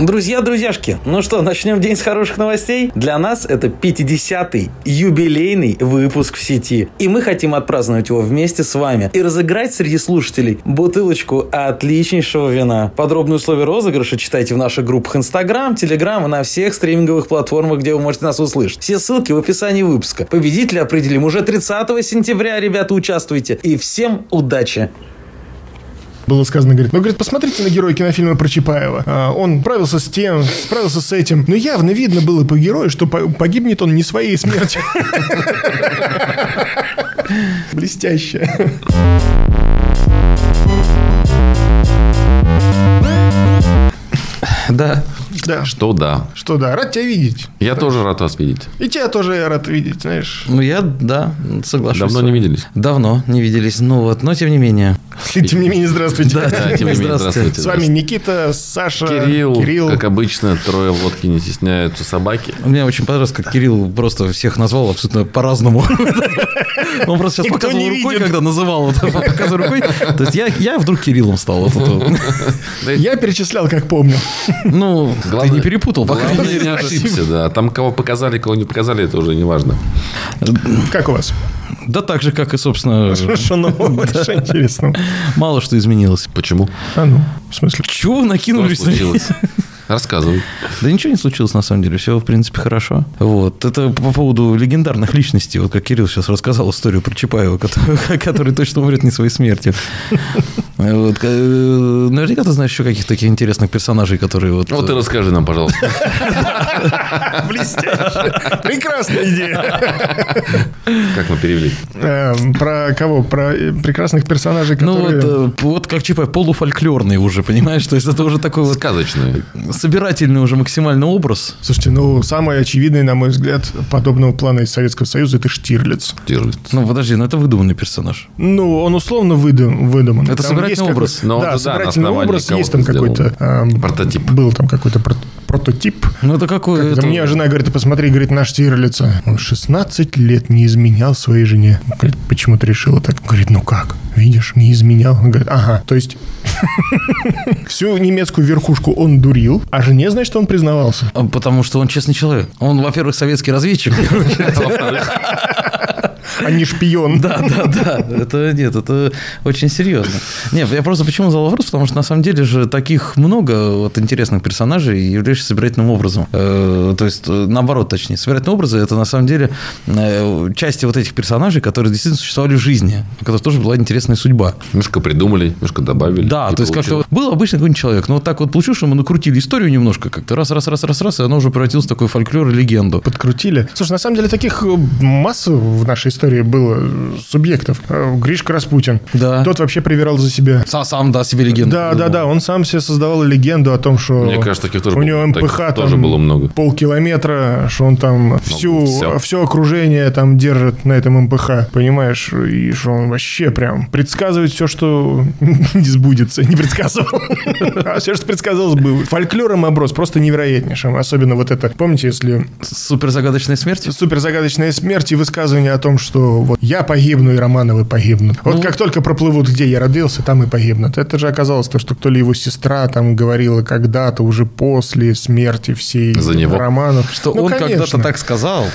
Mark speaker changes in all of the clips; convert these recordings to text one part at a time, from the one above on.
Speaker 1: Друзья, друзьяшки, ну что, начнем день с хороших новостей. Для нас это 50-й юбилейный выпуск в сети. И мы хотим отпраздновать его вместе с вами и разыграть среди слушателей бутылочку отличнейшего вина. Подробные условия розыгрыша читайте в наших группах Instagram, Telegram и на всех стриминговых платформах, где вы можете нас услышать. Все ссылки в описании выпуска. Победителя определим уже 30 сентября, ребята, участвуйте. И всем удачи!
Speaker 2: было сказано, говорит, ну, говорит, посмотрите на героя кинофильма про Чапаева. А, он справился с тем, справился с этим. Но явно видно было по герою, что по- погибнет он не своей смертью. Блестяще.
Speaker 3: Да.
Speaker 2: Да,
Speaker 3: Что да.
Speaker 2: что да, рад тебя видеть.
Speaker 3: Я тоже рад вас видеть.
Speaker 2: И тебя тоже я рад видеть, знаешь.
Speaker 1: Ну я, да, соглашусь.
Speaker 3: Давно не виделись.
Speaker 1: Давно не виделись, ну вот, но тем не менее.
Speaker 2: Тем не менее, здравствуйте.
Speaker 3: Да, Э, тем не менее,
Speaker 1: Здравствуйте.
Speaker 3: здравствуйте.
Speaker 2: С вами Никита, Саша,
Speaker 3: Кирилл,
Speaker 2: Кирилл.
Speaker 3: как обычно, трое лодки не стесняются собаки.
Speaker 1: Мне очень понравилось, как Кирилл просто всех назвал абсолютно по-разному. Он просто сейчас
Speaker 2: Никто
Speaker 1: показывал
Speaker 2: не
Speaker 1: рукой,
Speaker 2: видит.
Speaker 1: когда называл, вот, показывал рукой. То есть я, я вдруг Кириллом стал. вот тут вот.
Speaker 2: Я перечислял, как помню.
Speaker 1: Ну, ты
Speaker 3: Главное-
Speaker 1: не перепутал, по крайней
Speaker 3: Главное,
Speaker 1: мере.
Speaker 3: не ошибся, да. Там кого показали, кого не показали, это уже не важно.
Speaker 2: Как у вас?
Speaker 1: Да так же, как и, собственно,
Speaker 2: Что нового? Больше интересного.
Speaker 1: мало что изменилось.
Speaker 3: Почему?
Speaker 2: А ну, в смысле?
Speaker 1: Чего вы
Speaker 3: Что
Speaker 1: накинулись? на меня?
Speaker 3: случилось? Рассказывай.
Speaker 1: Да ничего не случилось, на самом деле. Все, в принципе, хорошо. Вот. Это по поводу легендарных личностей. Вот как Кирилл сейчас рассказал историю про Чапаева, который, который точно умрет не своей смертью. Вот. э, Наверняка ты знаешь еще каких-то таких интересных персонажей, которые вот... э,
Speaker 3: Вот и расскажи нам, пожалуйста.
Speaker 2: Блестяще. Прекрасная идея.
Speaker 3: Как мы перевели?
Speaker 2: Эм, Про кого? Про э, прекрасных персонажей,
Speaker 1: ну
Speaker 2: которые...
Speaker 1: вот, э, вот как Чапаев, полуфольклорный уже, понимаешь? То есть это уже такой вот
Speaker 3: Сказочную.
Speaker 1: собирательный уже максимально образ.
Speaker 2: Слушайте, ну, самое очевидное, на мой взгляд, подобного плана из Советского Союза – это Штирлиц.
Speaker 1: Ну, подожди, ну это выдуманный персонаж.
Speaker 2: Ну, он условно выдум- выдуман.
Speaker 1: Это собирательный
Speaker 2: есть
Speaker 1: образ.
Speaker 2: какой-то-
Speaker 3: Но он-то да,
Speaker 2: да,
Speaker 3: на
Speaker 2: собирательный
Speaker 3: основании
Speaker 2: образ. Есть там
Speaker 3: кого-то сделан.
Speaker 2: какой-то... эм,
Speaker 3: Прототип.
Speaker 2: Был там какой-то прот- прототип.
Speaker 1: Ну, это какой...
Speaker 2: Это
Speaker 1: это-
Speaker 2: Мне жена говорит, «Ты посмотри, говорит, на Штирлица. Он 16 лет не изменял своей жене. Говорит, почему ты решила так? Говорит, ну как, видишь, не изменял. Он говорит, ага, то есть всю немецкую верхушку он дурил, а жене, значит, он признавался.
Speaker 1: А, Потому что он честный человек. Он, во-первых, советский разведчик.
Speaker 2: А не шпион.
Speaker 1: Да, да, да. Это нет, это очень серьезно. Нет, я просто почему задал вопрос, потому что на самом деле же таких много вот интересных персонажей, являющихся собирательным образом. Э, то есть, э, наоборот, точнее, собирательные образы это на самом деле э, части вот этих персонажей, которые действительно существовали в жизни, у которых тоже была интересная судьба.
Speaker 2: Хм,
Speaker 3: Немножко придумали, немножко добавили.
Speaker 1: Да,
Speaker 3: и
Speaker 1: то есть как-то
Speaker 3: получилось.
Speaker 2: типа.
Speaker 1: вот был обычный какой-нибудь человек, но вот так вот получилось, что мы накрутили историю немножко как-то раз, раз, раз, раз, раз, и она уже превратилась в такой фольклор и легенду.
Speaker 2: подкрутили. Слушай, на самом деле таких э, масса в нашей истории было э, субъектов. Э, Гришка Распутин.
Speaker 1: Да.
Speaker 2: Тот вообще привирал за себя.
Speaker 1: Сам, сам да, себе легенду.
Speaker 2: Да, да, да, он сам себе создавал легенду о том, что
Speaker 3: Мне кажется, таких тоже
Speaker 2: у
Speaker 3: было-
Speaker 2: него
Speaker 3: таких
Speaker 2: МПХ там
Speaker 3: тоже было много.
Speaker 2: полкилометра, что он там всю,
Speaker 3: всё.
Speaker 2: все. окружение там держит на этом МПХ, понимаешь, и что он вообще прям предсказывает все, что не сбудется, не предсказывал. А все, что предсказалось, было. Фольклором оброс, просто невероятнейшим. Особенно вот это, помните, если
Speaker 1: Супер загадочная смерть.
Speaker 2: супер загадочная смерть и высказывание о том, что вот я погибну и Романовы погибнут. Вот
Speaker 1: Ну.
Speaker 2: как только проплывут, где я родился, там и погибнут. Это же оказалось то, что кто ли его сестра там говорила когда-то уже после смерти всей
Speaker 3: За него.
Speaker 2: Романов.
Speaker 1: Что
Speaker 2: Ну,
Speaker 1: он
Speaker 2: конечно.
Speaker 1: когда-то так сказал.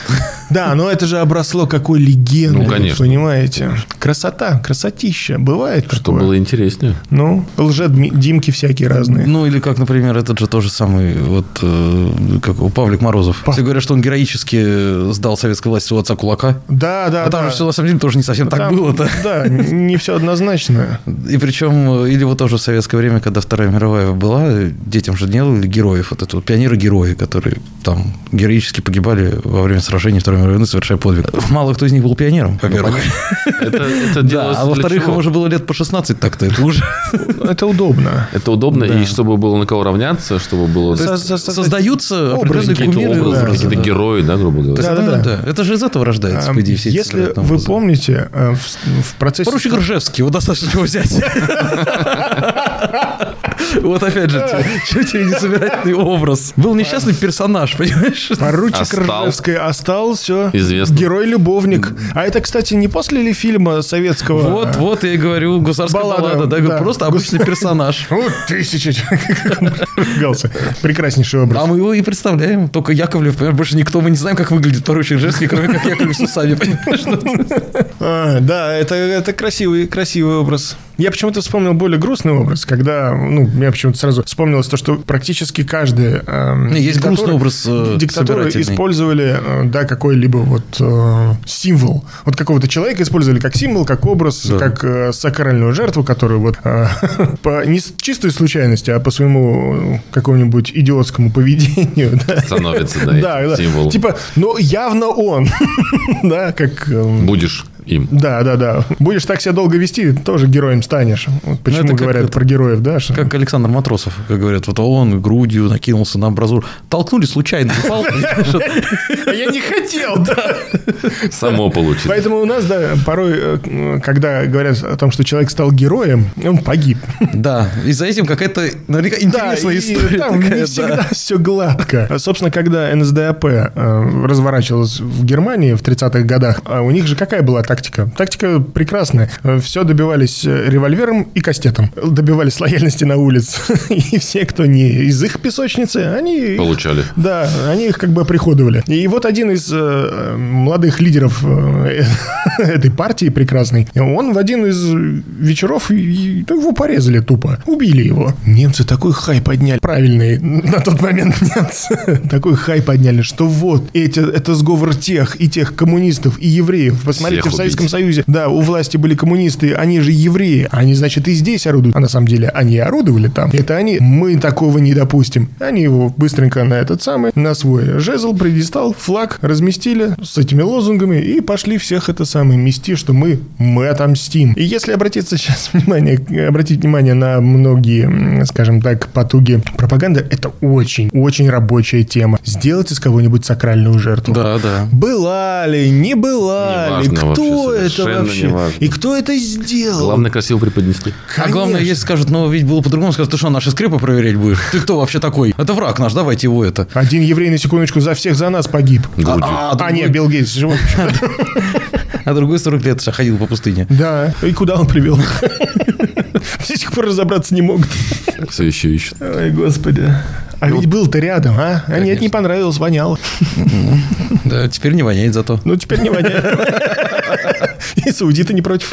Speaker 2: Да, но это же обросло какой легендой.
Speaker 3: Ну, конечно.
Speaker 2: Понимаете? Красота, красотища. Бывает
Speaker 3: Что
Speaker 2: такое.
Speaker 3: было интереснее.
Speaker 2: Ну, лже-димки всякие разные.
Speaker 1: Ну, или как, например, этот же тоже самый, вот, э, как у Павлик Морозов. Все говорят, что он героически сдал советской власти у отца кулака.
Speaker 2: Да, да,
Speaker 1: А там
Speaker 2: да.
Speaker 1: же все, на самом деле, тоже не совсем так
Speaker 2: Там,
Speaker 1: было-то.
Speaker 2: Да, не все однозначно.
Speaker 1: И причем, э, или вот тоже в советское время, когда Вторая мировая была, э, детям же делали героев, вот это вот пионеры-герои, которые там героически погибали во время сражений Второй мировой войны, совершая подвиг. Мало кто из них был пионером, во-первых.
Speaker 3: Это, это делалось
Speaker 1: Да,
Speaker 3: для
Speaker 1: а во-вторых,
Speaker 3: чего?
Speaker 1: им уже было лет по 16 так-то, это уже...
Speaker 2: Это удобно.
Speaker 3: Это удобно, и чтобы было на кого равняться, чтобы было...
Speaker 2: Со-
Speaker 1: Со-
Speaker 2: со-
Speaker 1: Создаются
Speaker 2: образы,
Speaker 1: определенные
Speaker 3: какие-то
Speaker 1: кумиры,
Speaker 3: образы,
Speaker 1: образы,
Speaker 3: какие-то
Speaker 1: да.
Speaker 3: герои, да, грубо говоря.
Speaker 2: Да,
Speaker 1: Да,
Speaker 2: да,
Speaker 1: да, да. Это же из этого рождается, по идее, все
Speaker 2: Эм,
Speaker 1: эти
Speaker 2: Если
Speaker 1: сюжетные
Speaker 2: вы
Speaker 1: образы.
Speaker 2: помните, э, в, в процессе...
Speaker 1: Поручик Ржевский, его достаточно его взять. Вот опять же, тебе- тебе несобирательный образ. Был несчастный персонаж, понимаешь?
Speaker 2: Поручик
Speaker 3: Остал.
Speaker 2: Ржевской остал, все.
Speaker 3: Известно.
Speaker 2: Герой-любовник. А это, кстати, не после ли фильма советского?
Speaker 1: Вот,
Speaker 2: а,
Speaker 1: вот я и говорю, гусарская
Speaker 2: Баллада,
Speaker 1: баллада, да,
Speaker 2: да.
Speaker 1: просто обычный персонаж.
Speaker 2: Ну, тысяча. Ругался. Прекраснейший образ.
Speaker 1: А мы его и представляем. Только Яковлев, понимаешь, больше никто, мы не знаем, как выглядит поручик Ржевский, кроме как Яковлев с усами, понимаешь? Ну,
Speaker 2: А, да, это, это Ну, красивый, красивый образ. Я почему-то вспомнил более грустный образ, когда, ну, мне почему-то сразу вспомнилось то, что практически каждый... эм,
Speaker 1: Не, есть
Speaker 2: диктатура-
Speaker 1: грустный образ, э,
Speaker 2: Диктатуры
Speaker 1: собирательный.
Speaker 2: использовали, э, да, какой-либо вот э, символ. Вот какого-то человека использовали как символ, как образ, как э, сакральную жертву, которую вот э, по не с чистой случайности, а по своему э, какому-нибудь идиотскому поведению, да.
Speaker 3: Становится, да,
Speaker 2: Да, да.
Speaker 3: символ.
Speaker 2: Типа, ну, явно он, да, как... эм,
Speaker 3: Будешь им.
Speaker 2: да, да, да. Будешь так себя долго вести, тоже героем станешь. Вот почему
Speaker 1: Ну, это как
Speaker 2: говорят
Speaker 1: это-
Speaker 2: про героев, да? что-
Speaker 1: Как Александр Матросов, как говорят, вот он грудью накинулся на амбразуру. Толкнули случайно, упал, понимаешь, вот.
Speaker 2: А Я не хотел, да.
Speaker 3: Само получится.
Speaker 2: Поэтому у нас, да, порой, э, когда говорят о том, что человек стал героем, он погиб.
Speaker 1: Да, и за этим какая-то наверняка
Speaker 2: Да,
Speaker 1: интересная
Speaker 2: и
Speaker 1: история
Speaker 2: там
Speaker 1: такая,
Speaker 2: не
Speaker 1: да.
Speaker 2: всегда все гладко. А, Собственно, когда НСДАП э, разворачивалась в Германии в 30-х годах, а у них же какая была тактика? Тактика прекрасная. Все добивались э, револьвером и кастетом. Добивались лояльности на улице. И все, кто не из их песочницы, они...
Speaker 3: Получали.
Speaker 2: Да, они их как бы приходовали. И вот один из э, молодых лидеров э, этой партии прекрасной, он в один из вечеров и- и- да его порезали тупо. Убили его. Немцы такой хай подняли. Правильный на тот момент немцы. Такой хай подняли, что вот эти, это сговор тех и тех коммунистов и евреев. Посмотрите,
Speaker 3: Всех
Speaker 2: в Советском
Speaker 3: убить.
Speaker 2: Союзе, да, у власти были коммунисты, они же евреи. Они, значит, и здесь орудуют. А на самом деле они и орудовали там. Это они. Мы такого не допустим. Они его быстренько на этот самый, на свой жезл, предистал, флаг разместили с этими лозунгами и пошли всех это самое мести, что мы, мы отомстим. И если обратиться сейчас внимание, к- обратить внимание на многие, м, скажем так, потуги пропаганды, это очень, очень рабочая тема. Сделать из кого-нибудь сакральную жертву.
Speaker 1: Да, да.
Speaker 2: Была ли, не была ли, кто
Speaker 3: Неважно вообще,
Speaker 2: это
Speaker 3: совершенно
Speaker 2: вообще?
Speaker 3: неважно.
Speaker 2: И кто это сделал?
Speaker 3: Главное, красиво преподнесли.
Speaker 1: А главное,
Speaker 2: Конечно.
Speaker 1: если скажут, ну, ведь было по-другому, скажут, ты что, наши скрепы проверять будешь? Ты кто вообще такой? Это враг наш, давайте его это.
Speaker 2: Один еврей, на секундочку, за всех за нас погиб.
Speaker 3: Грудью.
Speaker 1: А,
Speaker 2: А,
Speaker 1: другой-
Speaker 2: нет, Билл Гейтс живой. еще.
Speaker 1: а другой 40 лет ходил по пустыне.
Speaker 2: Да. И куда он привел? До сих пор разобраться не могут.
Speaker 3: Все еще ищут.
Speaker 2: Ой, господи. А ведь был-то рядом, а? А нет, не понравилось, вонял.
Speaker 1: Да, теперь не воняет зато.
Speaker 2: Ну, теперь не воняет. И саудиты не против.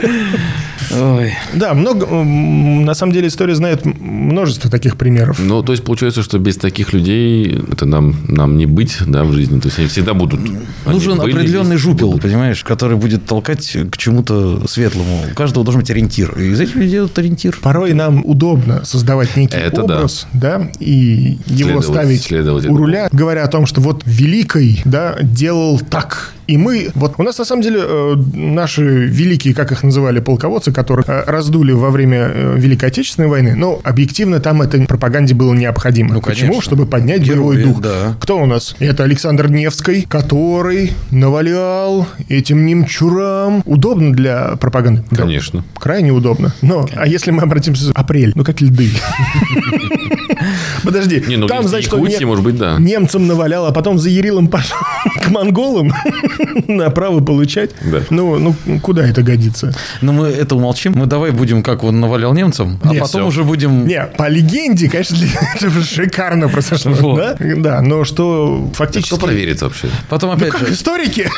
Speaker 1: Ой.
Speaker 2: Да, много, м, на самом деле история знает м- множество таких примеров.
Speaker 3: Ну, то есть получается, что без таких людей это нам, нам не быть, да, в жизни. То есть они всегда будут. Они
Speaker 1: Нужен
Speaker 3: были,
Speaker 1: определенный
Speaker 3: есть,
Speaker 1: жупел,
Speaker 3: будут.
Speaker 1: понимаешь, который будет толкать к чему-то светлому. У каждого должен быть ориентир. И из этих людей вот ориентир.
Speaker 2: Порой нам удобно создавать некий
Speaker 3: Это да.
Speaker 2: образ, да. и его
Speaker 3: Следовать-
Speaker 2: ставить
Speaker 3: следовать
Speaker 2: у
Speaker 3: этому.
Speaker 2: руля, говоря о том, что вот великий, да, делал так. И мы, вот у нас на самом деле э, наши великие, как их называли, полководцы, которых э, раздули во время э, Великой Отечественной войны, но объективно там это пропаганде было необходимо.
Speaker 1: Ну,
Speaker 2: Почему?
Speaker 1: конечно.
Speaker 2: Чтобы поднять
Speaker 1: Герои,
Speaker 2: боевой дух.
Speaker 1: да.
Speaker 2: Кто у нас? Это Александр Невский, который навалял этим немчурам. Удобно для пропаганды? Да,
Speaker 3: Конечно.
Speaker 2: Крайне удобно. Но, а если мы обратимся... Апрель. Ну, как льды. Подожди.
Speaker 3: Не, ну,
Speaker 2: там,
Speaker 3: если
Speaker 2: значит, он
Speaker 3: Якутия,
Speaker 2: не-
Speaker 3: может быть, да.
Speaker 2: немцам навалял, а потом за Ярилом пошел к монголам направо получать.
Speaker 3: Да.
Speaker 2: Ну, ну, куда это годится?
Speaker 1: Но мы это умолчим. Мы давай будем, как он навалял немцам, а
Speaker 2: Не,
Speaker 1: потом
Speaker 3: всё.
Speaker 1: уже будем...
Speaker 2: Не, по легенде, конечно, это же шикарно произошло.
Speaker 1: Вот.
Speaker 2: Да? да, но что фактически...
Speaker 3: Кто проверит вообще?
Speaker 1: Потом
Speaker 2: Ну
Speaker 1: опять же...
Speaker 2: Историки!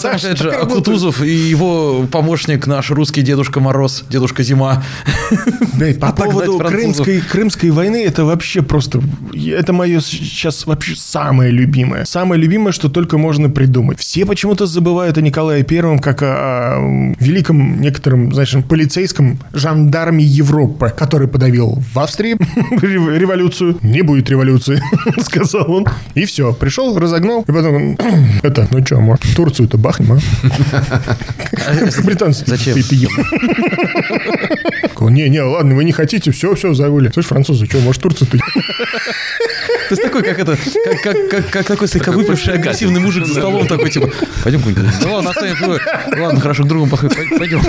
Speaker 2: Саша,
Speaker 1: опять же,
Speaker 2: так
Speaker 1: а
Speaker 2: работают.
Speaker 1: Кутузов и его помощник, наш русский дедушка Мороз, дедушка Зима.
Speaker 2: Да, и по
Speaker 1: Отогнать
Speaker 2: поводу
Speaker 1: французов.
Speaker 2: крымской, крымской войны это вообще просто... Это мое сейчас вообще самое любимое. Самое любимое, что только можно придумать. Все почему-то забывают о Николае Первом как о, о великом некотором, знаешь, полицейском жандарме Европы, который подавил в Австрии рев- революцию. Не будет революции, сказал он. И все. Пришел, разогнал. И потом, это, ну что, может, Турцию-то бахнем, а? Как британцы.
Speaker 1: Зачем?
Speaker 2: Ты- ты еб- Такой, Не, не, ладно, вы не хотите, все, все, завыли. Слышь, французы, что, может, Турция ты?
Speaker 1: То есть такой, как это, как, как, как, как такой слегка выпивший агрессивный мужик за столом такой, типа, пойдем куда-нибудь. Ну ладно, оставим пиво. Ладно, хорошо, к другому пойдем.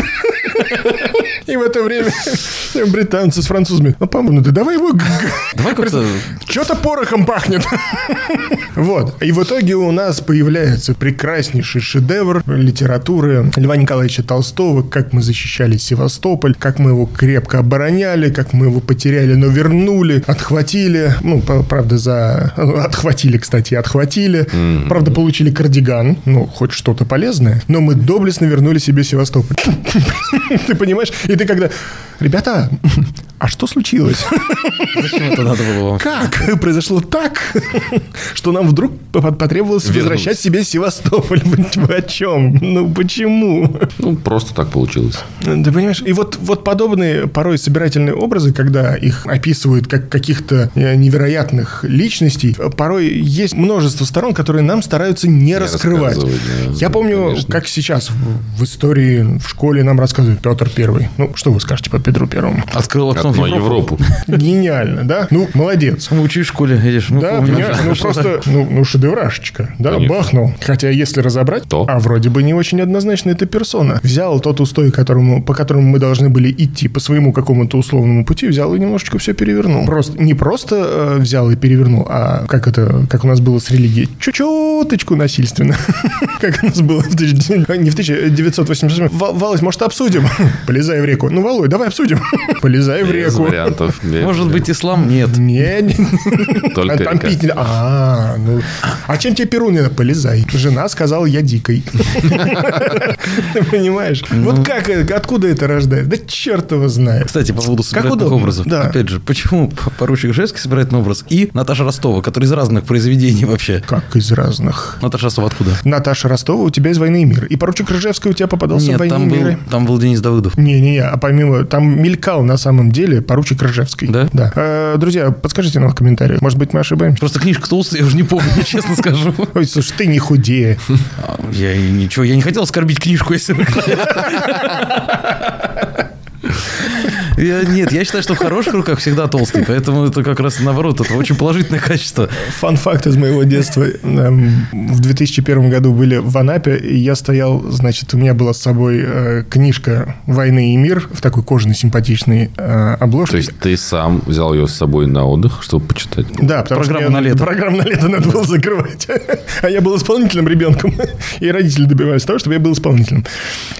Speaker 2: И в это время британцы с французами. Ну, по-моему, да давай его...
Speaker 3: Давай как-то...
Speaker 2: Что-то порохом пахнет. Вот. И в итоге у нас появляется прекраснейший шедевр литературы Льва Николаевича Толстого, как мы защищали Севастополь, как мы его крепко обороняли, как мы его потеряли, но вернули, отхватили. Ну, п- правда, за... Отхватили, кстати, отхватили. Правда, получили кардиган. Ну, хоть что-то полезное. Но мы доблестно вернули себе Севастополь. Ты понимаешь? И ты когда... Ребята, а что случилось?
Speaker 1: Зачем это надо было вам?
Speaker 2: Как произошло так, что нам вдруг по- потребовалось
Speaker 3: Вернуть.
Speaker 2: возвращать себе Севастополь? Вы о чем? Ну почему?
Speaker 3: Ну, просто так получилось.
Speaker 2: Ты понимаешь? И вот, вот подобные порой собирательные образы, когда их описывают как каких-то э, невероятных личностей, э, порой есть множество сторон, которые нам стараются не, раскрывать.
Speaker 3: рассказывать, да,
Speaker 2: Я помню,
Speaker 3: конечно.
Speaker 2: как сейчас в, в истории в школе нам рассказывают Петр Первый. Ну, что вы скажете по Петру Первому?
Speaker 1: Открыл окно в
Speaker 3: На
Speaker 1: Европу.
Speaker 3: Европу.
Speaker 2: Гениально, да? Ну, молодец.
Speaker 1: Мы учились в школе, видишь, мы
Speaker 2: Да,
Speaker 1: помним.
Speaker 2: понимаешь, ну просто, ну, ну шедеврашечка, да,
Speaker 3: Конечно.
Speaker 2: бахнул. Хотя, если разобрать,
Speaker 3: То.
Speaker 2: а вроде бы не очень однозначно эта персона. Взял тот устой, которому, по которому мы должны были идти по своему какому-то условному пути, взял и немножечко все перевернул. Просто, не просто э, взял и перевернул, а как это, как у нас было с религией, чуть-чуточку насильственно. Как у нас было в 1900 не в 1988. Ва- Валась, может, обсудим? Полезай в реку. Ну, Валуй, давай обсудим. Полезай в
Speaker 3: Без
Speaker 2: реку.
Speaker 3: вариантов. Без-
Speaker 1: Может быть, ислам? Нет.
Speaker 2: Не, не,
Speaker 3: Только
Speaker 2: а там
Speaker 3: река.
Speaker 2: пить нельзя. А, ну. А чем тебе перу не надо? Полезай. Жена сказала, я дикой. Ты понимаешь?
Speaker 1: Ну.
Speaker 2: Вот как, это- откуда это рождается? Да черт его знает.
Speaker 1: Кстати, по поводу собирательных
Speaker 2: удобно,
Speaker 1: образов.
Speaker 2: да.
Speaker 1: Опять же, почему п- поручик Жевский собирательный образ и Наташа Ростова, которая из разных произведений вообще?
Speaker 2: Как из разных.
Speaker 1: Наташа Ростова откуда?
Speaker 2: Наташа Ростова у тебя из «Войны и мира». И поручик Ржевский у тебя попадался в
Speaker 1: Нет,
Speaker 2: «Войне и
Speaker 1: там был,
Speaker 2: мире».
Speaker 1: там был Денис Давыдов.
Speaker 2: Не-не-не, а помимо... Там мелькал на самом деле поручик Ржевский.
Speaker 1: Да?
Speaker 2: Да. Э, друзья, подскажите нам в комментариях. Может быть, мы ошибаемся?
Speaker 1: Просто книжка толстая, я уже не помню, честно скажу.
Speaker 2: Ой, слушай, ты не худее.
Speaker 1: А, Я и ничего, я не хотел оскорбить книжку, если вы... Я- Нет, я считаю, что в хороших руках всегда толстый, поэтому это как раз наоборот, это очень положительное качество.
Speaker 2: Фан-факт из моего детства. Эм, В 2001 году были в Анапе, и я стоял, значит, у меня была с собой э, книжка «Войны и мир» в такой кожаной симпатичной э,
Speaker 3: То
Speaker 2: обложке.
Speaker 3: есть ты сам взял ее с собой на отдых, чтобы почитать.
Speaker 2: Да, потому
Speaker 1: Программа
Speaker 2: что
Speaker 1: на лето.
Speaker 2: Программу на лето надо было закрывать. А я был исполнительным ребенком. И родители добивались того, чтобы я был исполнителем.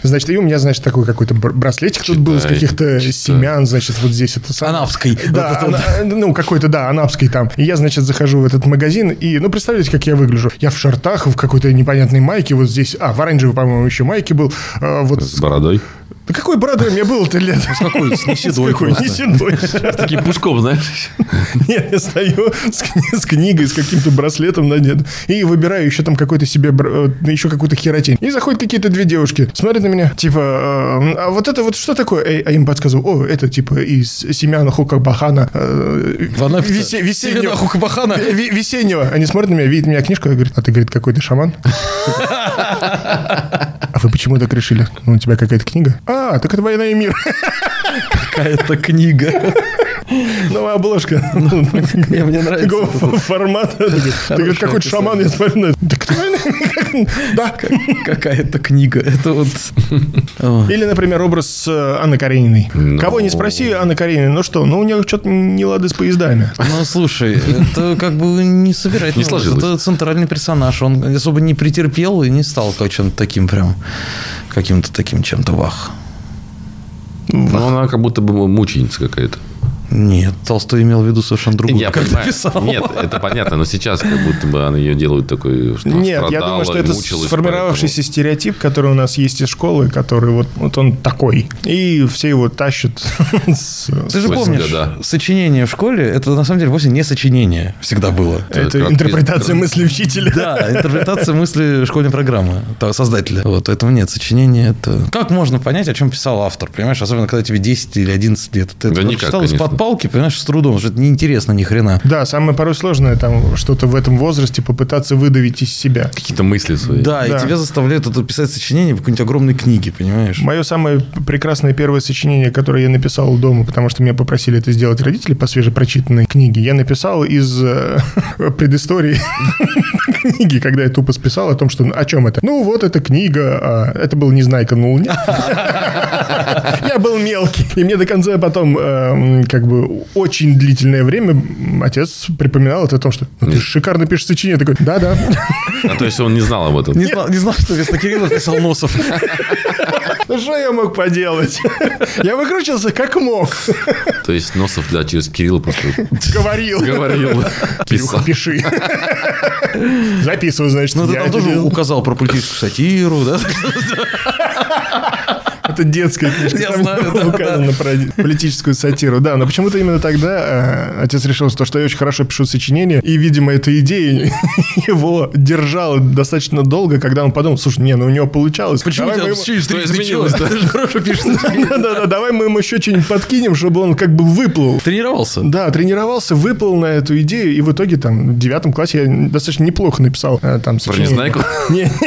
Speaker 2: Значит, и у меня, значит, такой какой-то бр- браслетик тут был из
Speaker 3: Читай,
Speaker 2: каких-то
Speaker 3: читай.
Speaker 2: семян, значит, вот здесь это самое.
Speaker 1: Анапской.
Speaker 2: Да,
Speaker 1: Вот это вот.
Speaker 2: ана- ну, какой-то, да, анапский там. И я, значит, захожу в этот магазин, и, ну, представляете, как я выгляжу. Я в шортах, в какой-то непонятной майке, вот здесь, а, в оранжевой, по-моему, еще майке был. а, вот
Speaker 3: С
Speaker 2: с-
Speaker 3: бородой.
Speaker 2: Да какой бородой мне было-то лет?
Speaker 1: Какой с неседой
Speaker 2: С какой?
Speaker 1: просто.
Speaker 2: Не седой.
Speaker 3: Таким пушком, знаешь.
Speaker 2: Нет, я стою с, кни- с книгой, с каким-то браслетом надет. И выбираю еще там какой-то себе, бр- э, еще какую-то херотень. И заходят какие-то две девушки. Смотрят на меня, типа, э, а вот это вот что такое? Э, А им подсказываю, о, это типа из семян Хукабахана. э,
Speaker 1: Ванапта.
Speaker 2: весе- Весеннего.
Speaker 1: Семена Хукабахана.
Speaker 2: Э, ви- Весеннего. Они смотрят на меня, видят меня книжку, и говорят, а ты, говорит, какой ты шаман? А вы почему так решили? Ну, у тебя какая-то книга. А, так это «Война и мир».
Speaker 1: Какая-то книга.
Speaker 2: Новая обложка.
Speaker 1: Мне мне
Speaker 2: Такого
Speaker 1: нравится.
Speaker 2: фо- формата. Ты говоришь, какой-то шаман, я смотрю на это. Так это «Война и мир». Да.
Speaker 1: Какая-то книга. Это вот... О.
Speaker 2: Или, например, образ э, Анны Карениной.
Speaker 3: Ну.
Speaker 2: Кого не спроси, Анна Каренина, ну что, ну у нее что-то не лады с поездами.
Speaker 1: Ну, слушай, это как бы не собирать.
Speaker 3: Не сложилось.
Speaker 1: Это центральный персонаж. Он особо не претерпел и не стал как чем-то таким прям... Каким-то таким чем-то вах.
Speaker 3: Но Ну, она как будто бы мученица какая-то.
Speaker 1: Нет, Толстой имел в виду совершенно другую. Ну, как
Speaker 3: понимаю.
Speaker 1: написал.
Speaker 3: Нет, это понятно, но сейчас как будто бы она ее делают такой, что она
Speaker 2: Нет, я
Speaker 3: страдала
Speaker 2: думаю, что
Speaker 3: и
Speaker 2: это
Speaker 3: мучилась,
Speaker 2: сформировавшийся стереотип, который у нас есть из школы, который вот, вот он такой. И все его тащат. с-
Speaker 1: Ты же
Speaker 3: Сквозь
Speaker 1: помнишь,
Speaker 3: года.
Speaker 1: сочинение в школе, это на самом деле вовсе не сочинение всегда было.
Speaker 2: Это
Speaker 3: краткий-
Speaker 2: интерпретация мысли учителя.
Speaker 1: Да, интерпретация мысли школьной программы, того создателя. Вот, поэтому нет, сочинение это... Как можно понять, о чем писал автор, понимаешь? Особенно, когда тебе 10 или 11 лет. Ты
Speaker 3: Да
Speaker 1: это
Speaker 3: никак,
Speaker 1: прочитал
Speaker 3: конечно.
Speaker 1: из-под палки, понимаешь, с трудом. Уже это неинтересно ни хрена.
Speaker 2: Да, самое порой сложное там что-то в этом возрасте попытаться выдавить из себя.
Speaker 3: Какие-то мысли свои.
Speaker 1: Да,
Speaker 2: Да.
Speaker 1: и тебя заставляют это писать сочинение в какой-нибудь огромной книге, понимаешь?
Speaker 2: Мое самое прекрасное первое сочинение, которое я написал дома, потому что меня попросили это сделать родители по свежепрочитанной книге, я написал из э, предыстории книги, когда я тупо списал о том, что ну, о чем это. Ну, вот эта книга, а, это был Незнайка на Луне. Я был мелкий. И мне до конца потом, э, м, как бы, очень длительное время м, отец припоминал это о том, что «Ну, ты шикарно пишешь сочинение. Я такой, да-да.
Speaker 3: А то есть он не знал об этом.
Speaker 1: Не знал, не знал, что вместо Кирилла писал Носов.
Speaker 2: Ну, что я мог поделать? Я выкручивался как мог.
Speaker 3: То есть Носов, да, через Кирилла просто
Speaker 2: Говорил.
Speaker 3: говорил. Писал.
Speaker 2: Кирюха, пиши. Записывай, значит.
Speaker 1: Ну, ты
Speaker 2: я
Speaker 1: там тоже
Speaker 2: тебе-
Speaker 1: указал про политическую сатиру, да?
Speaker 2: Это детская книжка.
Speaker 1: Я
Speaker 2: там
Speaker 1: знаю,
Speaker 2: было
Speaker 1: да,
Speaker 2: указано про политическую сатиру. Да, но почему-то именно тогда э, отец решил, что, что я очень хорошо пишу сочинения, и, видимо, эта идея его держала достаточно долго, когда он подумал, слушай, не, ну у него получалось.
Speaker 1: Почему
Speaker 2: Давай
Speaker 1: тебя
Speaker 2: мы ему-
Speaker 1: вообще
Speaker 3: Что
Speaker 1: три-
Speaker 3: изменилось,
Speaker 1: Ты же хорошо пишешь.
Speaker 2: Да-да-да, давай мы ему еще что-нибудь подкинем, чтобы он как бы выплыл.
Speaker 1: Тренировался.
Speaker 2: Да, тренировался, выплыл на эту идею, и в итоге там в девятом классе я достаточно неплохо написал э, там
Speaker 3: Про
Speaker 2: сочинение.
Speaker 3: Незнайку?
Speaker 2: Не,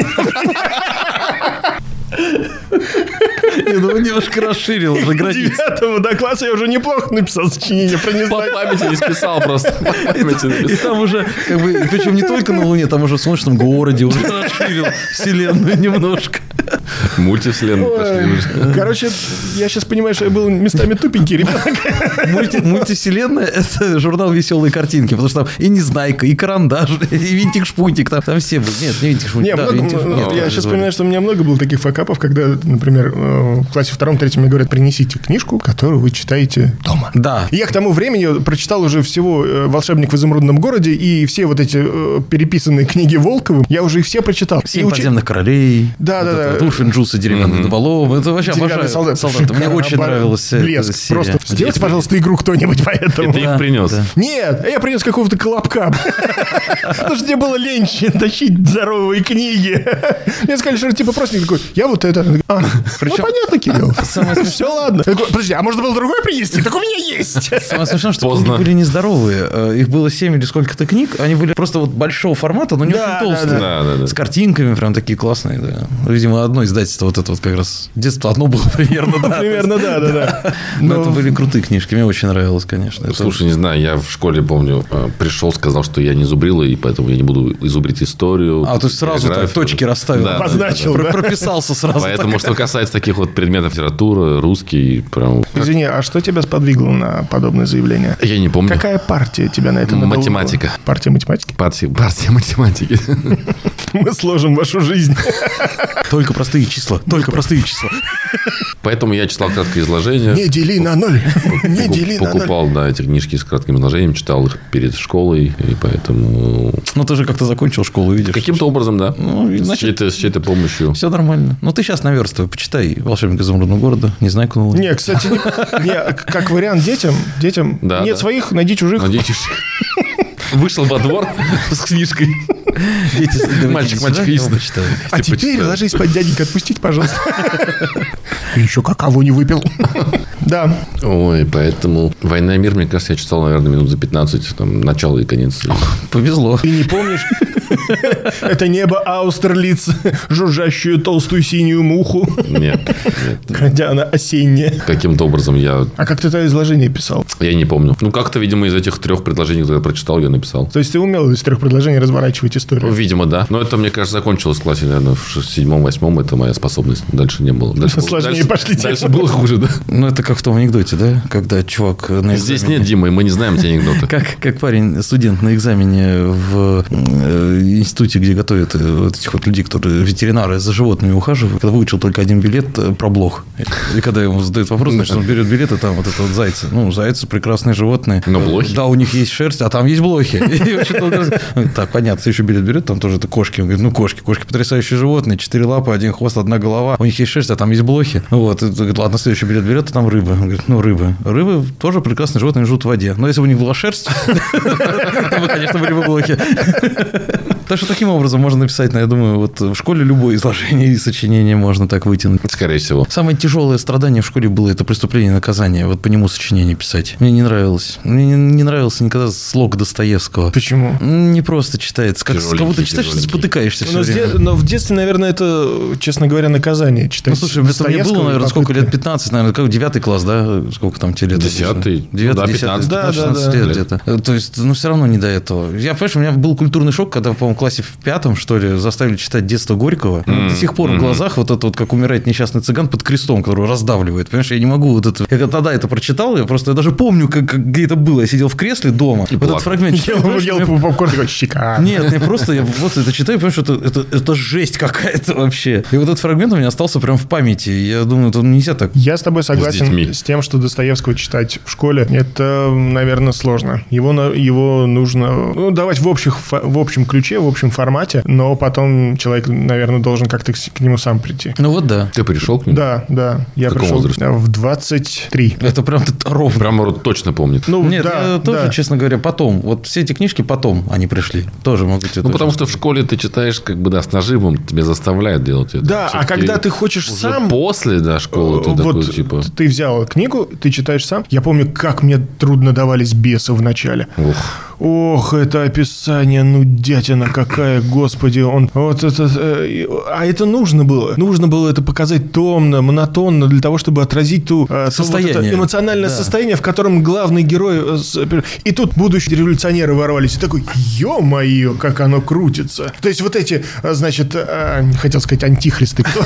Speaker 1: Не, ну, немножко расширил уже границы.
Speaker 2: девятого до класса я уже неплохо написал сочинение про
Speaker 3: По
Speaker 2: Незнайку.
Speaker 3: памяти не списал просто. По памяти
Speaker 1: И
Speaker 3: написал.
Speaker 1: там уже, как бы, причем не только на Луне, там уже в Солнечном городе уже расширил вселенную немножко.
Speaker 3: Мультивселенную пошли
Speaker 2: Ой,
Speaker 3: уже.
Speaker 2: Короче, я сейчас понимаю, что я был местами тупенький ребенок. а
Speaker 1: Мульти- мультивселенная – это журнал «Веселые картинки», потому что там и «Незнайка», и «Карандаш», и «Винтик-шпунтик», там, там все были. Нет, не «Винтик-шпунтик»,
Speaker 2: Не,
Speaker 1: да,
Speaker 2: много-
Speaker 1: «Винтик-шпунтик».
Speaker 2: ну, я
Speaker 1: Да,
Speaker 2: сейчас
Speaker 1: да,
Speaker 2: понимаю, что у меня много было таких факапов, когда, например, э, в классе втором, третьем мне говорят, принесите книжку, которую вы читаете дома.
Speaker 1: Да.
Speaker 2: Я к тому времени прочитал уже всего э, «Волшебник в изумрудном городе» и все вот эти э, переписанные книги Волковым, я уже их все прочитал. И
Speaker 1: «Семь
Speaker 2: учи-
Speaker 1: подземных королей»,
Speaker 2: Да,
Speaker 1: вот
Speaker 2: да,
Speaker 1: это
Speaker 2: да.
Speaker 1: вот «Урфин Джус и деревянный дуболом». Это вообще
Speaker 2: «Деревянный
Speaker 1: обожаю
Speaker 2: солдат».
Speaker 1: «Солдаты». Мне
Speaker 2: Шикарно,
Speaker 1: очень
Speaker 2: обо-
Speaker 1: нравилась вся эта
Speaker 2: Блеск.
Speaker 1: серия.
Speaker 2: Просто сделайте, пожалуйста, игру кто-нибудь по этому.
Speaker 3: Ты их принес.
Speaker 1: да.
Speaker 2: Нет, а я принес какого-то колобка. Потому что мне было лень тащить здоровые книги. Мне сказали, что типа просто такой, я вот это. А, Ну, понятно, Кирилл. Все, ладно. Я такой, Подожди, а можно было другое принести? Так у меня есть.
Speaker 1: Самое смешное, что
Speaker 3: Поздно.
Speaker 1: книги были нездоровые. Э, Их было 7 или сколько-то книг. Они были просто вот большого формата, но не
Speaker 2: Да,
Speaker 1: очень
Speaker 2: да,
Speaker 1: толстые.
Speaker 3: да. Да, да, да.
Speaker 1: С картинками прям такие классные. Да. Видимо, одно издательство вот это вот как раз. Детство одно было примерно, да.
Speaker 2: Примерно, да, да, да. Ну,
Speaker 1: Но это были крутые книжки. Мне очень нравилось, конечно. Это-
Speaker 3: Слушай, не знаю, я в школе, помню, э, пришел, сказал, что я не зубрил, и поэтому я не буду изубрить историю.
Speaker 1: А, то есть сразу так
Speaker 3: географию.
Speaker 1: точки расставил.
Speaker 3: Да, да,
Speaker 2: Обозначил,
Speaker 1: Про-
Speaker 2: да.
Speaker 1: Прописался сразу.
Speaker 3: Поэтому, что касается таких вот предметов литература, русский, прям...
Speaker 2: Извини, а что тебя сподвигло на подобное заявление?
Speaker 3: Я не помню.
Speaker 2: Какая партия тебя на это надолго?
Speaker 3: Математика.
Speaker 2: Партия математики?
Speaker 3: Партия, партия математики.
Speaker 2: Мы сложим вашу жизнь.
Speaker 1: Так. Только простые числа. Только простые числа.
Speaker 3: Поэтому я читал краткое изложение.
Speaker 2: Не дели на ноль. Не
Speaker 3: Покуп-
Speaker 2: дели на ноль.
Speaker 3: Покупал, да, эти книжки с кратким изложением, читал их перед школой, и поэтому...
Speaker 1: Ну, ты же как-то закончил школу, видишь.
Speaker 3: Каким-то образом, да.
Speaker 1: Ну, и
Speaker 3: С
Speaker 1: значит-
Speaker 3: чьей-то с чьей-то помощью.
Speaker 1: Все нормально. Ну, ты сейчас наверстывай. Почитай «Волшебник изумрудного города». Не знаю, куда он.
Speaker 2: Не, кстати, не- не, как вариант детям, детям,
Speaker 3: Да,
Speaker 2: нет
Speaker 3: да.
Speaker 2: своих, найди чужих.
Speaker 3: Надеюсь, вышел во двор с книжкой.
Speaker 1: Дети, давайте
Speaker 3: Мальчик,
Speaker 1: сюда,
Speaker 3: мальчик,
Speaker 1: я
Speaker 3: ясно.
Speaker 1: вам почитаю.
Speaker 2: А
Speaker 3: Типа,
Speaker 2: теперь
Speaker 3: читаю.
Speaker 2: ложись спать, дяденька, отпустите, пожалуйста. Ты еще какао не выпил. Да.
Speaker 3: Ой, поэтому «Война и мир», мне кажется, я читал, наверное, минут за 15, там, начало и конец.
Speaker 1: Повезло.
Speaker 2: Ты не помнишь? Это небо Аустерлиц, жужжащую толстую синюю муху,
Speaker 3: Нет, нет.
Speaker 2: хотя она осенняя.
Speaker 3: Каким-то образом я,
Speaker 2: А как ты это изложение писал?
Speaker 3: я не помню. Ну, как-то, видимо, из этих трех предложений, которые я прочитал, я написал.
Speaker 2: То есть ты умел из трех предложений разворачивать историю?
Speaker 3: Видимо, да. Но это, мне кажется, закончилось в классе, наверное, в шест- седьмом-восьмом. Это моя способность. Дальше не было. Дальше было-
Speaker 2: Сложнее
Speaker 3: дальше-
Speaker 2: пошли
Speaker 3: Дальше
Speaker 2: темы.
Speaker 3: было хуже, да.
Speaker 1: Ну, это как в том анекдоте, да? Когда чувак на
Speaker 3: Здесь
Speaker 1: экзамене-
Speaker 3: нет, Дима, и мы не знаем эти анекдоты.
Speaker 1: Как, как парень, студент на экзамене в э, институте, где готовят э, вот этих вот людей, которые ветеринары за животными ухаживают, когда выучил только один билет, э, проблох. И когда ему задают вопрос, значит, он берет билет, и там вот это вот зайцы. Ну, зайцы прекрасные животные.
Speaker 3: Но
Speaker 1: Э,
Speaker 3: блохи.
Speaker 1: Да, у них есть шерсть, а там есть блохи. И вообще-то он говорит, «Ну, Так, понятно, следующий билет берет, там тоже это кошки. Он говорит, ну, кошки, кошки потрясающие животные, четыре лапы, один хвост, одна голова, у них есть шерсть, а там есть блохи. Вот, и говорит, ладно, следующий билет берет, а там рыбы. Он говорит, ну, рыбы. Рыбы тоже прекрасные животные, живут в воде. Но если бы у них была шерсть, то бы, конечно, были бы блохи. Так что таким образом можно написать, ну, я думаю, вот в школе любое изложение и сочинение можно так вытянуть.
Speaker 3: Скорее всего.
Speaker 1: Самое тяжелое страдание в школе было это преступление и наказание. Вот по нему сочинение писать. Мне не нравилось. Мне не, не нравился никогда слог Достоевского.
Speaker 2: Почему?
Speaker 1: М, Не просто читается. Как с
Speaker 3: Тяжеленький,
Speaker 1: кого-то читаешь,
Speaker 3: тяжеленький.
Speaker 1: спотыкаешься
Speaker 2: Но,
Speaker 1: все
Speaker 2: с де-
Speaker 1: время.
Speaker 2: но Ну, в детстве, наверное, это, честно говоря, наказание читать.
Speaker 1: Ну, слушай, это мне
Speaker 2: Достоевского
Speaker 1: было,
Speaker 2: и
Speaker 1: наверное, сколько
Speaker 2: попытки.
Speaker 1: лет? 15, наверное, как 9 класс, да? Сколько там тебе лет?
Speaker 3: Десятый. Ну
Speaker 1: 9,
Speaker 3: да,
Speaker 1: 10,
Speaker 3: 15,
Speaker 1: да,
Speaker 2: 15,
Speaker 1: 16
Speaker 3: да.
Speaker 1: лет где-то. Э, То есть, ну, все равно не до этого. Я, понимаешь, у меня был культурный шок, когда, по-моему, в классе в пятом, что ли, заставили читать «Детство Горького».
Speaker 3: М,
Speaker 1: До сих пор в
Speaker 3: мгм.
Speaker 1: глазах вот это вот, как умирает несчастный цыган под крестом, которого раздавливает. Понимаешь, я не могу вот это... Я когда тогда это прочитал, я просто я даже помню, как, как- где это было. Я сидел в кресле дома. вот
Speaker 3: плакал.
Speaker 1: этот фрагмент читал,
Speaker 2: Ел,
Speaker 1: понимаешь,
Speaker 2: ел
Speaker 1: мне-
Speaker 2: попкорн, ну, такой, шикарно.
Speaker 1: А. нет, не просто я вот это читаю, понимаю, что это, это, это жесть какая-то вообще. И вот этот фрагмент у меня остался прям в памяти. И Я думаю, тут нельзя так.
Speaker 2: Я с тобой согласен
Speaker 3: детьми.
Speaker 2: с, тем, что Достоевского читать в школе, это, наверное, сложно. Его, на- его нужно ну, давать в, общих, фо- в общем ключе, в общем формате, но потом человек, наверное, должен как-то к, с- к нему сам прийти.
Speaker 1: Ну вот да.
Speaker 3: Ты пришел к нему?
Speaker 2: Да, да. Я
Speaker 3: В каком
Speaker 2: пришел
Speaker 3: возрасте?
Speaker 2: э, в 23.
Speaker 1: Это прям т- ровно.
Speaker 3: Прям вот точно помнит.
Speaker 2: Ну,
Speaker 1: Нет,
Speaker 2: да,
Speaker 1: я тоже,
Speaker 2: да.
Speaker 1: честно говоря, потом. Вот все эти книжки потом они пришли. Тоже могу тебе
Speaker 3: Ну,
Speaker 1: точно
Speaker 3: потому что в школе ты читаешь, как бы, да, с нажимом, тебя заставляют делать это.
Speaker 2: Да, а
Speaker 3: Всё-таки
Speaker 2: когда ты хочешь
Speaker 3: уже
Speaker 2: сам...
Speaker 3: после, да, школы ты
Speaker 2: э,
Speaker 3: такой,
Speaker 2: вот
Speaker 3: типа...
Speaker 2: ты взял книгу, ты читаешь сам. Я помню, как мне трудно давались бесы в начале.
Speaker 3: Ух,
Speaker 2: Ох, это описание, ну, дятина какая, господи, он... Вот это... э, и- а это нужно было. Нужно было это показать томно, монотонно, для того, чтобы отразить ту... э, то вот это
Speaker 1: Состояние.
Speaker 2: эмоциональное
Speaker 1: Да.
Speaker 2: состояние, в котором главный герой... э, с- э, И тут будущие революционеры ворвались. И такой, ё-моё, как оно крутится. То есть вот эти, э, значит, э, хотел сказать, антихристы. Кто?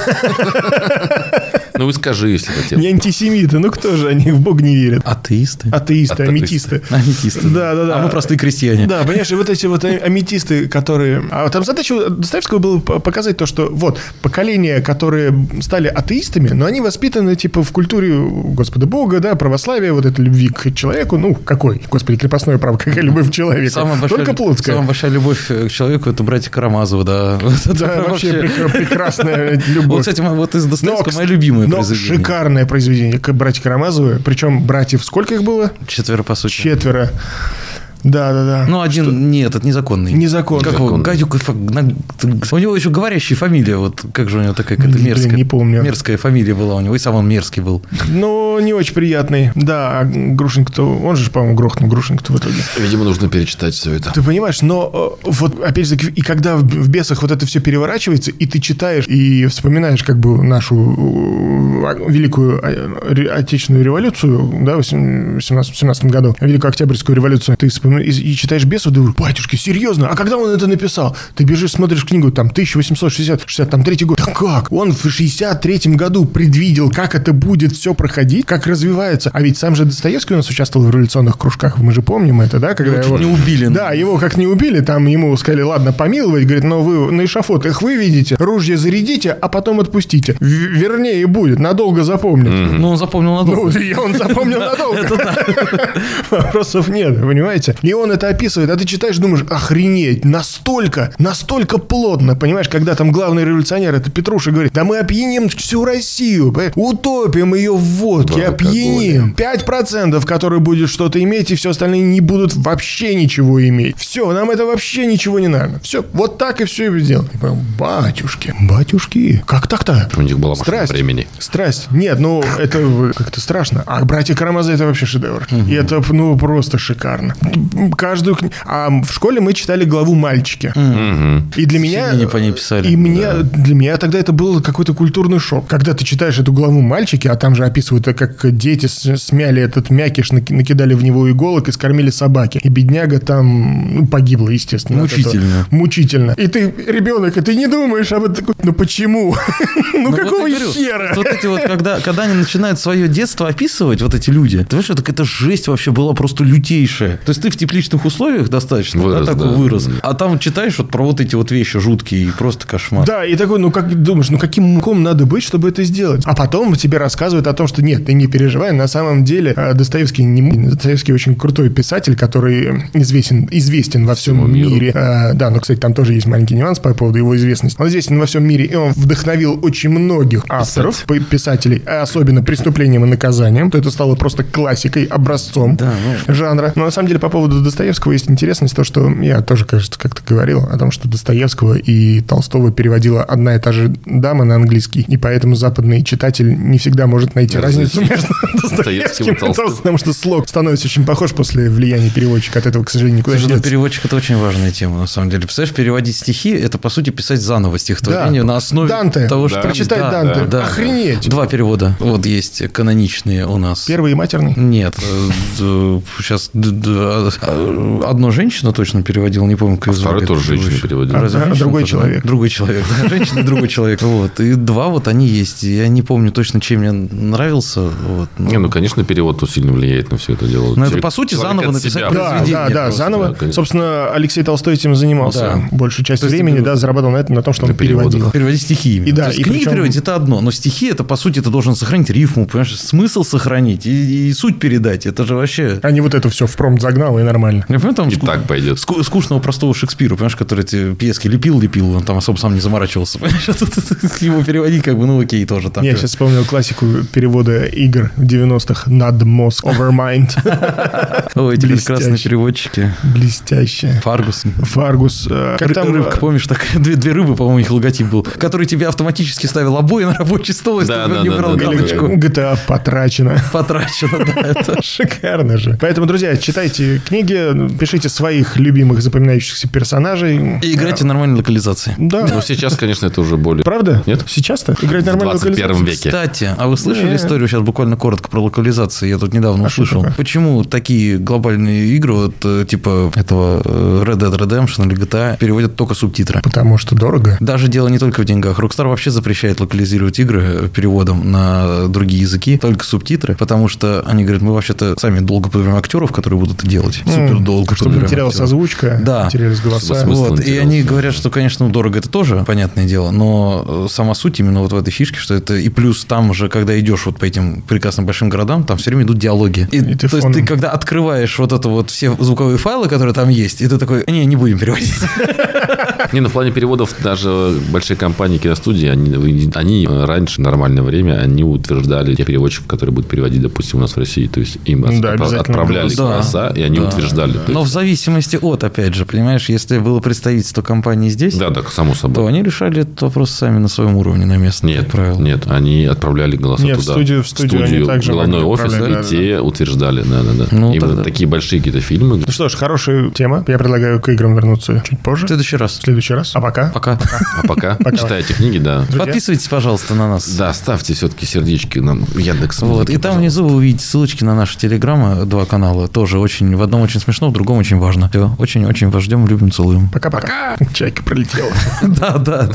Speaker 3: ну и скажи, если хотел.
Speaker 2: Не антисемиты, ну кто же, они в бог не верят.
Speaker 1: Атеисты.
Speaker 2: Атеисты, аметисты.
Speaker 1: Аметисты.
Speaker 2: А. Да, да, да.
Speaker 1: А мы простые крестьяне.
Speaker 2: Да, понимаешь, и вот эти вот а- аметисты, которые... А там задача Достоевского было п- показать то, что вот поколения, которые стали атеистами, но они воспитаны типа в культуре Господа Бога, да, православия, вот этой любви к человеку. Ну, какой? Господи, крепостное право, какая любовь к человеку.
Speaker 1: Самая большая,
Speaker 2: Только плотская.
Speaker 1: самая большая любовь э, к человеку это братья Карамазовы, да. Вот это
Speaker 2: Да,
Speaker 1: прям
Speaker 2: вообще прек- прекрасная
Speaker 1: Вот,
Speaker 2: любовь.
Speaker 1: кстати, мо- вот из Достоевского
Speaker 2: кс-
Speaker 1: мое любимое
Speaker 2: но
Speaker 1: произведение.
Speaker 2: шикарное произведение. К- Братья Карамазовы. Причем братьев сколько их было?
Speaker 1: Четверо, по сути.
Speaker 2: Четверо. Да-да-да.
Speaker 1: Ну, один, не этот, незаконный.
Speaker 2: Незаконный.
Speaker 1: Как его?
Speaker 3: Незаконный.
Speaker 1: Гадюк, и Фа- на- У него еще говорящая фамилия, вот как же у него такая какая-то
Speaker 2: Блин,
Speaker 1: мерзкая.
Speaker 2: не помню.
Speaker 1: Мерзкая фамилия была у него, и сам он мерзкий был.
Speaker 2: Ну, не очень приятный. Да, а Грушенька-то... Он же, по-моему, грохнул Грушенька-то в итоге.
Speaker 3: Видимо, нужно перечитать все это.
Speaker 2: Ты понимаешь, но э, вот опять же, таки, и когда в, в бесах вот это все переворачивается, и ты читаешь и вспоминаешь как бы нашу э, великую э, ре- отечественную революцию, да, в 17 году, великую октябрьскую революцию, ты вспоми- и, и читаешь бесов, думаешь, батюшки, серьезно, а когда он это написал? Ты бежишь, смотришь книгу, там 1860, 63 год. Да как? Он в 63 году предвидел, как это будет все проходить, как развивается. А ведь сам же Достоевский у нас участвовал в революционных кружках, мы же помним это, да, когда
Speaker 1: Его чуть
Speaker 2: его...
Speaker 1: не убили.
Speaker 2: Да, его как не убили, там ему сказали, ладно, помиловать, говорит, но вы на эшафот их выведите, ружье зарядите, а потом отпустите. В- вернее, будет, надолго запомнит.
Speaker 1: Ну, он запомнил
Speaker 2: Ну,
Speaker 1: надолго.
Speaker 2: и он запомнил надолго. Вопросов нет, понимаете? И он это описывает, а ты читаешь, думаешь, охренеть, настолько, настолько плотно, понимаешь, когда там главный революционер, это Петруша, говорит, да мы опьяним всю Россию, понимаешь? утопим ее в водке,
Speaker 3: В
Speaker 2: опьяним. 5%, которые будет что-то иметь, и все остальные не будут вообще ничего иметь. Все, нам это вообще ничего не надо. Все, вот так и все и сделано. Я понял, Батюшки, батюшки, как так-то?
Speaker 3: У них была машина
Speaker 2: Страсть.
Speaker 3: времени.
Speaker 2: Страсть. Нет, ну это э, как-то страшно. А братья Карамазы это вообще шедевр. И это ну просто шикарно. М, Каждую кни- А в школе мы читали главу мальчики. И для меня.
Speaker 1: Сочинение по ней писали.
Speaker 2: И мне для меня тогда это был какой-то культурный шок. Когда ты читаешь эту главу мальчики, а там же описывают, э, как дети с- смяли этот мякиш, наки- накидали в него иголок и скормили собаки. И бедняга там ну, погибла, естественно. от этого.
Speaker 1: Мучительно.
Speaker 2: Мучительно. И ты ребенок, и ты не думаешь об этом. Такой, Ну почему? Ну
Speaker 1: Ну, вот
Speaker 2: какого
Speaker 1: я говорю,
Speaker 2: хера?
Speaker 1: Вот эти вот, когда, когда они начинают свое детство описывать, вот эти люди, ты понимаешь, это какая-то жесть вообще была просто лютейшая. То есть ты в тепличных условиях достаточно,
Speaker 3: Вырос,
Speaker 1: да, такой
Speaker 3: да.
Speaker 1: вырос. А там читаешь вот про вот эти вот вещи жуткие и просто кошмар.
Speaker 2: Да, и такой, ну как думаешь, ну каким муком надо быть, чтобы это сделать? А потом тебе рассказывают о том, что нет, ты не переживай, на самом деле э, Достоевский не му- Достоевский очень крутой писатель, который э, известен, известен во всем
Speaker 3: миру.
Speaker 2: мире. Э, Да, но, кстати, там тоже есть маленький нюанс по поводу его известности. Он известен во всем мире, и он вдохновил очень многих авторов, пи- писателей, а особенно преступлением и наказанием. То это стало просто классикой, образцом
Speaker 1: Да, ну,
Speaker 2: жанра. Но на самом деле по поводу поводу Достоевского есть интересность, то, что я тоже, кажется, как-то говорил о том, что Достоевского и Толстого переводила одна и та же дама на английский, и поэтому западный читатель не всегда может найти разницу
Speaker 3: Разницу.
Speaker 2: между Достоевским и Толстым, потому что слог становится очень похож после влияния переводчика, от этого, к сожалению, никуда не
Speaker 1: Слушай, ну,
Speaker 2: деться.
Speaker 1: переводчик это очень важная тема, на самом деле. Представляешь, переводить стихи это по сути писать заново стихотворение
Speaker 2: Да.
Speaker 1: на основе
Speaker 2: Данте.
Speaker 1: того,
Speaker 3: Да.
Speaker 1: что
Speaker 2: Прочитай
Speaker 1: Да,
Speaker 2: Данте.
Speaker 1: да, да.
Speaker 2: Охренеть.
Speaker 1: Два перевода. Вот есть каноничные у нас.
Speaker 2: Первый и матерный.
Speaker 1: Нет, э, сейчас одну женщину а, точно переводил, не помню, как ее
Speaker 3: А Второй
Speaker 1: звали.
Speaker 3: тоже женщину переводил.
Speaker 2: А,
Speaker 1: женщина
Speaker 2: другой
Speaker 1: тоже, да?
Speaker 2: человек.
Speaker 1: Другой человек, да, женщина, другой человек. Вот. И два вот они есть. И Я не помню точно, чем мне нравился. Вот. но-
Speaker 3: Не, ну, конечно, перевод тут сильно влияет на все это дело.
Speaker 1: Ну, это,
Speaker 3: Человек-
Speaker 1: по сути,
Speaker 3: человек
Speaker 1: заново
Speaker 3: от
Speaker 1: написать
Speaker 3: себя
Speaker 1: про-
Speaker 2: Да, да,
Speaker 1: А произведение
Speaker 2: да,
Speaker 1: просто,
Speaker 2: заново.
Speaker 3: да, конечно.
Speaker 2: Собственно, Алексей Толстой этим и занимался
Speaker 1: Да.
Speaker 2: большую часть
Speaker 1: То есть
Speaker 2: времени,
Speaker 1: ты-
Speaker 2: да, зарабатывал на этом, на том, что он
Speaker 3: На переводах.
Speaker 2: переводил.
Speaker 1: Переводить стихи именно.
Speaker 2: И да,
Speaker 1: То есть
Speaker 2: и
Speaker 1: книги
Speaker 2: причем-
Speaker 1: переводить это одно, но стихи это по сути ты должен сохранить рифму, понимаешь, смысл сохранить и, и суть передать. Это же вообще.
Speaker 2: А не вот это все в промпт загнал, и нормально.
Speaker 1: Я понимаю, там
Speaker 3: И так пойдет.
Speaker 1: ску- скучного простого Шекспира, понимаешь, который эти пьески лепил-лепил, он там особо сам не заморачивался. Понимаешь, а тут его переводить как бы, ну окей, тоже там.
Speaker 2: Я сейчас вспомнил классику перевода игр в 90-х «Над мозг over mind».
Speaker 1: О, эти
Speaker 2: блестяще.
Speaker 1: прекрасные переводчики.
Speaker 2: Блестяще.
Speaker 1: Фаргус.
Speaker 2: Фаргус. э, Как
Speaker 1: Ры-
Speaker 2: там?
Speaker 1: рыбка,
Speaker 2: э,
Speaker 1: помнишь, так, две, две рыбы, по-моему, их логотип был, который тебе автоматически ставил обои на рабочий стол, если
Speaker 3: Да,
Speaker 1: ты
Speaker 3: да,
Speaker 1: не
Speaker 3: да,
Speaker 1: брал
Speaker 3: да, да.
Speaker 1: галочку.
Speaker 2: GTA А» потрачено.
Speaker 1: Потрачено, да, это.
Speaker 2: Шикарно же. Поэтому, друзья, читайте книги, пишите своих любимых запоминающихся персонажей.
Speaker 1: И играйте в нормальной локализации.
Speaker 3: Но
Speaker 2: Да.
Speaker 3: Ну, сейчас, конечно, это уже более...
Speaker 2: Правда?
Speaker 3: Нет?
Speaker 2: Сейчас-то? Играть
Speaker 3: В
Speaker 2: нормально
Speaker 3: 21 веке.
Speaker 1: Кстати, а вы слышали
Speaker 2: Не.
Speaker 1: историю сейчас буквально коротко про локализации? Я тут недавно
Speaker 2: А что
Speaker 1: услышал.
Speaker 2: такое?
Speaker 1: Почему такие глобальные игры, вот, э, типа этого э, Red Dead Redemption или GTA, переводят только субтитры?
Speaker 2: Потому что дорого.
Speaker 1: Даже дело не только в деньгах. Rockstar вообще запрещает локализировать игры э, переводом на другие языки, только субтитры, потому что они говорят, мы вообще-то сами долго подберем актеров, которые будут это делать. Супер долго
Speaker 2: Чтобы не терялась озвучка,
Speaker 1: Да.
Speaker 2: не терялись Э, голоса.
Speaker 3: Чтобы смысл
Speaker 1: Вот, и
Speaker 3: терялся,
Speaker 1: они
Speaker 3: да.
Speaker 1: говорят, что, конечно, ну, дорого это тоже, понятное дело, но э, сама суть именно вот в этой фишке, что это и плюс там же, когда идешь вот по этим прекрасным большим городам, там все время идут диалоги. И,
Speaker 2: И ты
Speaker 1: то есть
Speaker 2: фоном.
Speaker 1: ты когда открываешь вот это вот все звуковые файлы, которые там есть, и ты такой, не, не будем переводить.
Speaker 3: Не, ну в плане переводов даже большие компании киностудии, они, они э, раньше, нормальное время, они утверждали тех переводчиков, которые будут переводить, допустим, у нас в России. То есть им от-
Speaker 2: Да,
Speaker 3: отпра-
Speaker 2: обязательно.
Speaker 3: отправляли
Speaker 1: Да.
Speaker 3: голоса, и они
Speaker 1: Да.
Speaker 3: утверждали. То
Speaker 1: Но в
Speaker 3: есть-
Speaker 1: зависимости от, опять же, понимаешь, если было представительство компании здесь,
Speaker 3: Да, да, само
Speaker 1: то
Speaker 3: собой.
Speaker 1: они решали этот вопрос сами на своем уровне, на местном,
Speaker 3: Нет,
Speaker 1: как правило.
Speaker 3: нет, они отправляли голоса
Speaker 2: Нет, в
Speaker 3: туда.
Speaker 2: студию- в студию они также
Speaker 3: головной
Speaker 2: могли
Speaker 3: офис,
Speaker 2: отправлять,
Speaker 3: и
Speaker 2: да, да,
Speaker 3: те утверждали, да, да, да.
Speaker 1: Ну,
Speaker 3: и
Speaker 1: тогда-
Speaker 3: вот такие большие какие-то фильмы.
Speaker 2: Ну что ж, хорошая тема. Я предлагаю к играм вернуться чуть позже.
Speaker 1: В следующий раз.
Speaker 2: В следующий раз. А пока.
Speaker 1: Пока.
Speaker 3: А пока читайте книги, да.
Speaker 1: Подписывайтесь, пожалуйста, на нас.
Speaker 3: Да, ставьте все-таки сердечки нам в Яндекс.
Speaker 1: Вот, и
Speaker 3: Музыке,
Speaker 1: там внизу вы увидите ссылочки на наши телеграммы, два канала, тоже очень, в одном очень смешно, в другом очень важно. Все, очень-очень вас ждем, любим, целуем.
Speaker 2: Пока-пока. Чайка пролетела.
Speaker 1: Да, да, да.